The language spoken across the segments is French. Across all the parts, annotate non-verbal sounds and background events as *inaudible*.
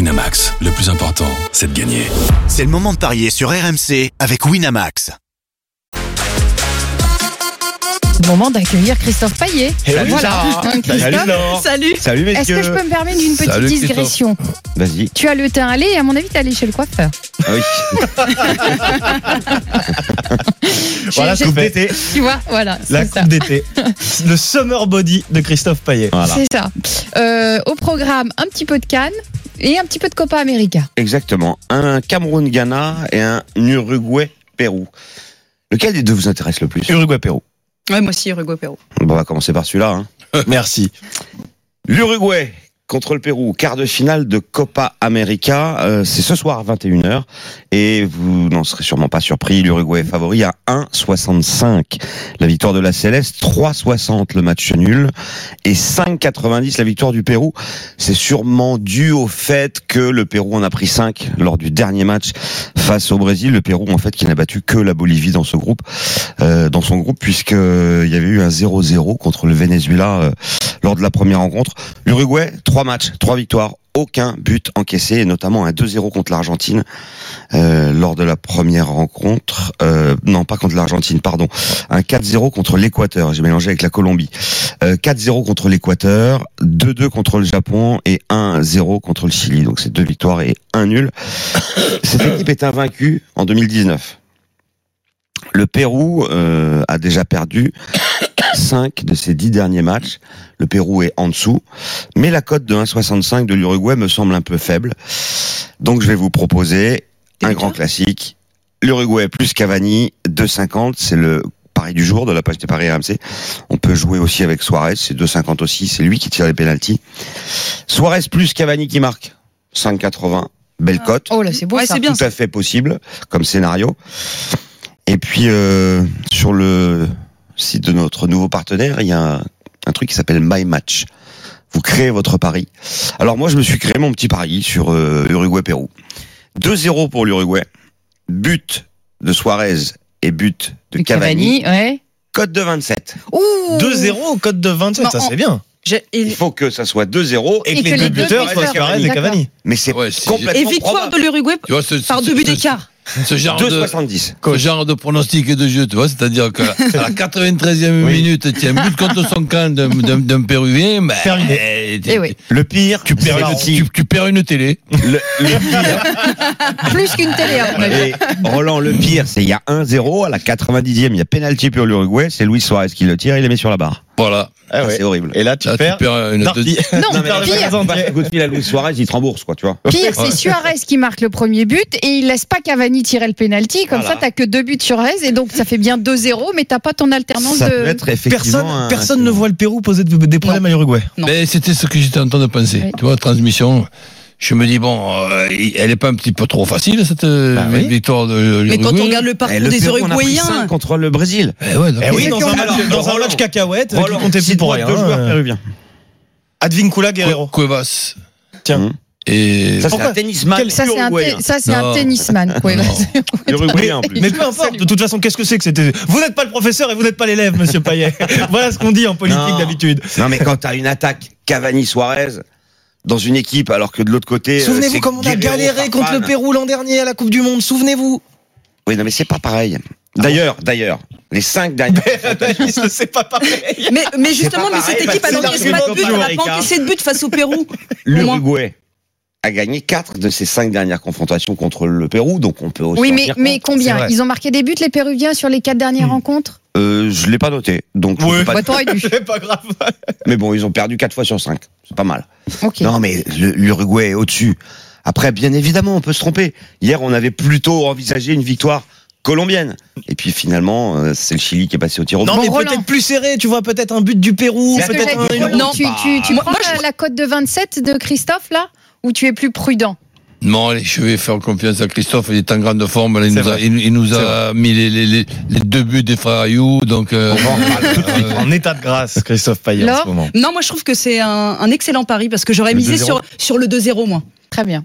Winamax, le plus important, c'est de gagner. C'est le moment de parier sur RMC avec Winamax. Moment d'accueillir Christophe Paillet. Eh Eh Salut, voilà. Sarah. Hein, Christophe. Salut, Laure. Salut. Salut Est-ce messieurs. que je peux me permettre une petite Salut, Christophe. digression Vas-y. Tu as le teint allé et à mon avis, t'es allé chez le coiffeur. Ah *laughs* oui. J'ai- Voilà, j'ai- coupe d'été. tu vois, voilà, La c'est ça. coupe d'été. Le summer body de Christophe Paillet. Voilà. C'est ça. Euh, au programme, un petit peu de Cannes et un petit peu de Copa América. Exactement. Un Cameroun-Ghana et un Uruguay-Pérou. Lequel des deux vous intéresse le plus Uruguay-Pérou. moi aussi, Uruguay Pérou. Bon, On va commencer par celui-là. hein. Merci. L'Uruguay contre le Pérou, quart de finale de Copa América. Euh, c'est ce soir à 21h. Et vous n'en serez sûrement pas surpris, l'Uruguay est favori à 1,65. La victoire de la Céleste, 3,60 le match nul. Et 5,90 la victoire du Pérou. C'est sûrement dû au fait que le Pérou en a pris 5 lors du dernier match face au Brésil. Le Pérou, en fait, qui n'a battu que la Bolivie dans ce groupe, euh, dans son groupe, puisqu'il y avait eu un 0-0 contre le Venezuela euh, lors de la première rencontre. L'Uruguay, trois matchs, trois victoires, aucun but encaissé, et notamment un 2-0 contre l'Argentine euh, lors de la première rencontre. Euh, non, pas contre l'Argentine, pardon. Un 4-0 contre l'Équateur, j'ai mélangé avec la Colombie. Euh, 4-0 contre l'Équateur, 2-2 contre le Japon et 1-0 contre le Chili. Donc c'est deux victoires et un nul. *coughs* Cette équipe est invaincue en 2019. Le Pérou euh, a déjà perdu *coughs* 5 de ses 10 derniers matchs. Le Pérou est en dessous. Mais la cote de 1,65 de l'Uruguay me semble un peu faible. Donc je vais vous proposer un grand classique. L'Uruguay plus Cavani, 2,50. C'est le pari du jour de la page des paris RMC. On peut jouer aussi avec Suarez, c'est 2,50 aussi. C'est lui qui tire les pénalties. Suarez plus Cavani qui marque, 5,80. Belle cote Oh là, c'est beau. ça. tout à fait possible comme scénario. Et puis euh, sur le site de notre nouveau partenaire, il y a un, un truc qui s'appelle My Match. Vous créez votre pari. Alors moi, je me suis créé mon petit pari sur euh, Uruguay-Pérou. 2-0 pour l'Uruguay. But de Suarez et but de, Du Cavani. Cavani, ouais. Cote de 27. Ouh 2-0 au code de 27, Non, ça on- c'est bien. Il faut que ça soit 2-0 et Et que les deux buteurs buteurs, soient Suarez et d'accord. Cavani. mais c'est Ouais, c'est- complètement Et victoire de probable. l'Uruguay Tu vois, ce, par ce- deux buts ce- d'écart. Ce genre de, 2,70. ce genre de pronostic et de jeu, tu vois, c'est-à-dire que à la 93e Oui. minute, tu as un but contre son camp d'un- d'un d'un Péruvien, ben, Terminé. eh, tu- Eh oui. Le pire, tu tu perds une- tu- tu perds une télé. Le, le pire, *laughs* Plus qu'une télé, hein. à mon avis. Et Roland, le pire, c'est il y a 1-0 à la 90e, il y a penalty pour l'Uruguay, c'est Luis Suarez qui le tire, il les met sur la barre. Voilà. Ah Ça, ouais. C'est horrible. Et là, tu Là, perds. une Darty. Non, Tu perds le pire. magasin entier. Un coup de fil à Luis Suarez, il te rembourse, quoi, tu vois. Pire, c'est Ouais. Suarez qui marque le premier but et il laisse pas Cavani tirer le penalty. Comme Voilà. ça, t'as que deux buts sur Suarez et donc ça fait bien 2-0, mais t'as pas ton alternance Ça de. peut être effectivement Personne, un- personne ne voit le Pérou poser de- des problèmes à l'Uruguay. Non. Mais Ben, c'était ce que j'étais en train de penser. Oui. Tu vois, transmission. Je me dis bon, euh, elle est pas un petit peu trop facile cette euh, Bah oui. victoire de Mais quand l'Uruguay on regarde le parcours Eh, le des Pérou, on a pris cinq Uruguayens, contre le Brésil. Eh ouais, donc- Eh oui, c'est dans qu'on un, a- match, dans un Roland, match cacahuète, qui Roland, comptait plus pour cite-moi rien. Deux joueurs hein. péruviens. Advincula Guerrero. Cuevas. Tiens. Hum. Et Ça, c'est Pourquoi un tennisman Quel- Ça, c'est un, uruguayen. té- ça, c'est un Non. tennisman. quoi. Non. Uruguayen, en plus. Mais peu importe, de toute façon, qu'est-ce que c'est que c'était Vous n'êtes pas le professeur et vous n'êtes pas l'élève, monsieur Payet. *laughs* voilà ce qu'on dit en politique Non. d'habitude. Non, mais quand t'as une attaque Cavani-Suarez dans une équipe, alors que de l'autre côté. euh, Souvenez-vous c'est comment on a Guerrero, galéré contre le Farfan. Pérou l'an dernier à la Coupe du Monde, *laughs* souvenez-vous. Oui, non, mais c'est pas pareil. D'ailleurs, d'ailleurs, les cinq dernières. Il se sait pas pareil. *laughs* mais, mais justement, pas mais cette pareil, hein. équipe parce a que encaissé c'est pas de but, l'argument elle a d'Américain. pas encaissé de but face au Pérou. *laughs* L'Uruguay a gagné 4 de ses 5 dernières confrontations contre le Pérou, donc on peut *laughs* aussi. Oui, en mais, tenir mais C'est compte. combien vrai. Ils ont marqué des buts, les Péruviens, sur les quatre dernières Hmm. rencontres Euh, je l'ai pas noté, donc. je Ouais. peux pas- Bah, t'aurais dû. *laughs* C'est pas grave. Mais bon, ils ont perdu 4 fois sur 5. C'est pas mal. Ok. Non, mais le- l'Uruguay est au-dessus. Après, bien évidemment, on peut se tromper. Hier, on avait plutôt envisagé une victoire colombienne. Et puis finalement, euh, c'est le Chili qui est passé au tir au Non, but. mais Roland. peut-être plus serré, tu vois, peut-être un but du Pérou, C'est ce que peut-être j'allais un. dire, Roland. Tu, tu, tu Bah, prends moi, la, je- la cote de 27 de Christophe, là Ou tu es plus prudent Non, allez, je vais faire confiance à Christophe. Il est en grande forme. là, il, C'est nous a, vrai. il, il nous C'est a mis les, les, les, les deux buts des frères Ayou, donc euh, On va en parler tout de suite. *laughs* euh, En état de grâce, Christophe Payet en Laure ce moment. Non, moi je trouve que c'est un, un excellent pari parce que j'aurais Le misé 2-0. sur, sur le 2-0 moi. Très bien.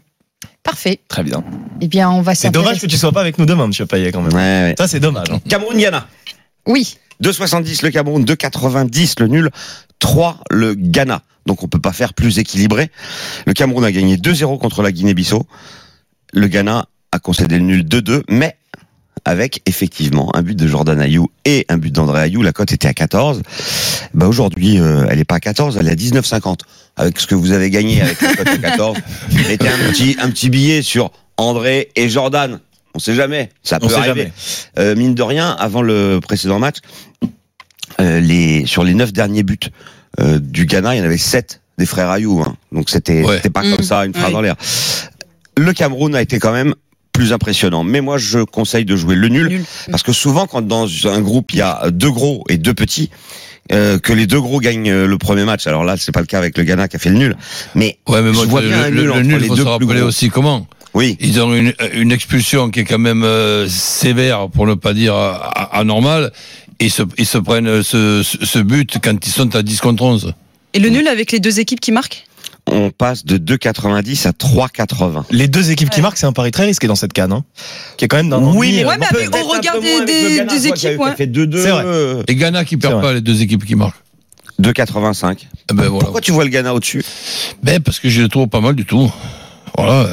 Parfait. Très bien. Eh bien, on va C'est dommage que s'intéresser. tu sois pas avec nous demain, monsieur Payet, quand Ouais, même. ouais. Ça, c'est dommage. hein. Cameroun-Ghana. Oui. 2,70 le Cameroun, 2,90 le nul, 3 le Ghana. Donc on peut pas faire plus équilibré. Le Cameroun a gagné 2-0 contre la Guinée-Bissau. Le Ghana a concédé le nul 2-2, mais avec effectivement un but de Jordan Ayou et un but d'André Ayou. La cote était à 14. Bah aujourd'hui, euh, elle est pas à 14, elle est à 19,50. Avec ce que vous avez gagné avec la cote *laughs* à 14, mettez un petit, un petit billet sur André et Jordan. On sait jamais, ça peut On sait arriver. jamais. Euh, mine de rien, avant le précédent match, euh, les, sur les 9 derniers buts euh, du Ghana, il y en avait 7 des frères Ayou. hein. Donc c'était Ouais. c'était pas Mmh, comme ça, une phrase ouais. dans l'air. Le Cameroun a été quand même plus impressionnant. Mais moi, je conseille de jouer le nul. Nul. Parce que souvent, quand dans un groupe, il y a deux gros et deux petits, euh, que les deux gros gagnent euh, le premier match. Alors là, c'est pas le cas avec le Ghana qui a fait le nul. Mais Ouais, mais Je moi, vois le, bien un le- nul le entre nul, les faut deux se plus rappeler gros. aussi comment. oui, Ils ont une, une expulsion qui est quand même euh, sévère, pour ne pas dire euh, anormale. Ils se, ils se prennent euh, ce, ce ce but quand ils sont à 10 contre 11. Et le nul avec les deux équipes qui marquent on passe de 2,90 à 3,80. Les deux équipes qui Ouais. marquent, c'est un pari très risqué dans cette canne. Hein, qui est quand même d'un Oui, ennui, mais euh, ouais, mais avec- au regard des- des- des équipes, ouais. fait 2-2, C'est vrai. euh, Et Ghana qui perd vrai. pas les deux équipes qui marquent. 2,85. Eh ben voilà. Pourquoi tu vois le Ghana au-dessus Ben parce que je le trouve pas mal du tout. Voilà.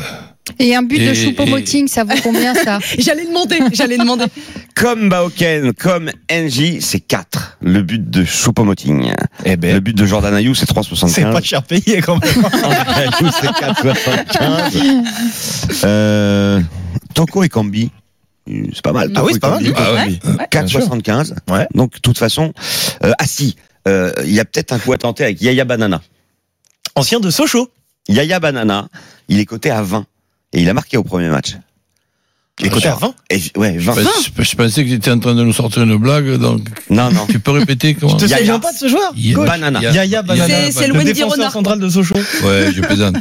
Et un but de Et- Choupo-Moting, ça vaut combien ça J'allais demander, *laughs* j'allais demander. Comme Baoken, comme NJ, c'est 4. Le but de Choupo-Moting. Eh Le ben, but de Jordan Ayou, c'est 3,75. *laughs* c'est pas cher payé quand même. *laughs* Ayou, c'est 4,75. Euh, Toko et Kambi, euh, c'est pas mal. Ah oui, Toko et c'est pas mal. Kambi. du tout. Ah ouais. Ouais. 4,75. Ouais. Donc, de toute façon, euh, ah si, euh, il y a peut-être un coup à tenter avec Yaya Banana. Ancien de Sochaux. Yaya Banana, il est coté à 20. Et il a marqué au premier match. Qui est coté Ah, à 20. Et, ouais, 20. Je pens- Ben, Je pensais que tu étais en train de nous sortir une blague, donc *laughs* Non, non. tu peux répéter comment Tu te Yaya. souviens pas de ce joueur Y- Coach. Banana. Y- Yaya Banana. C'est- c'est Le Wendy défenseur Renard. central de Sochaux. Ouais, *laughs* je plaisante.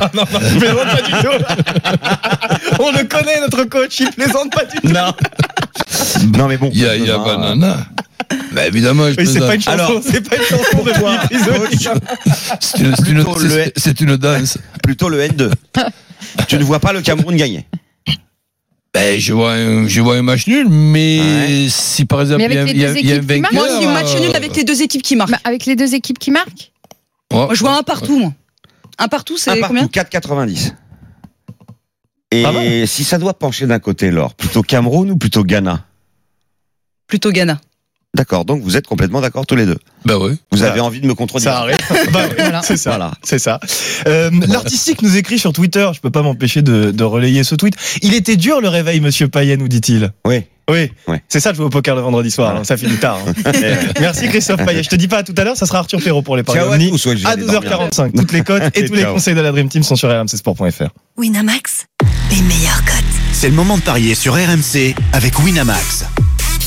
Ah non, non, je plaisante pas du tout. *laughs* On le connaît, notre coach, il plaisante pas du tout. Non, Non, mais bon. Yaya banana. Bah évidemment, je mais c'est pas une plaisante. chanson, Alors- c'est pas une chanson de *laughs* Dimitri Zola. C'est une, c'est une- Plutôt c'est- le- c'est une danse. Plutôt le N2. tu ne vois pas le Cameroun gagner. Ben, je vois un, je vois un match nul, mais si par exemple Mais il y a, avec il y a- les deux il y a un équipes qui vainqueur. marquent, Moi, c'est un match euh, nul avec les deux équipes qui marquent. Bah, Avec les deux équipes qui marquent ouais, Moi, je vois ouais. un partout, moi. Un partout, Un c'est partout, combien 4,90. Pas mal. Et si ça doit pencher d'un côté, Laure, plutôt Cameroun ou plutôt Ghana Plutôt Ghana. D'accord, donc vous êtes complètement d'accord tous les deux. Ben oui. Vous Ça- avez envie de me contredire Ça arrive. *laughs* Bah, Voilà. C'est ça. Voilà. C'est ça. Euh, L'artistique nous écrit sur Twitter, je peux pas m'empêcher de, de relayer ce tweet. Il était dur le réveil, monsieur Payet, nous dit-il. Oui. Oui, Ouais. c'est ça de jouer au poker le vendredi soir, Voilà. Eh hein, ça finit *laughs* tard. hein. Euh, Merci Christophe Payet. Je te dis pas à tout à l'heure, ça sera Arthur Perrault pour les paris Ciao à Omni. tous, ouais, je vais À aller dormir. 12h45, toutes les cotes et tous les *laughs* Ciao. conseils de la Dream Team sont sur rmcsport.fr. Winamax, les meilleurs cotes. C'est le moment de parier sur RMC avec Winamax.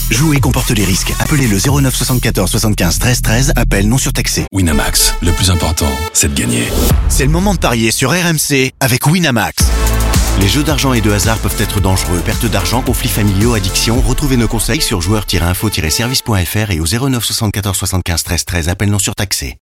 Jouer comporte les risques. Appelez le 09 74 75 13 13. Appel non surtaxé. Winamax, le plus important, c'est de gagner. C'est le moment de parier sur RMC avec Winamax. Les jeux d'argent et de hasard peuvent être dangereux. Perte d'argent, conflits familiaux, addiction. Retrouvez nos conseils sur joueurs-info-service.fr et au 09 74 75 13 13. Appel non surtaxé.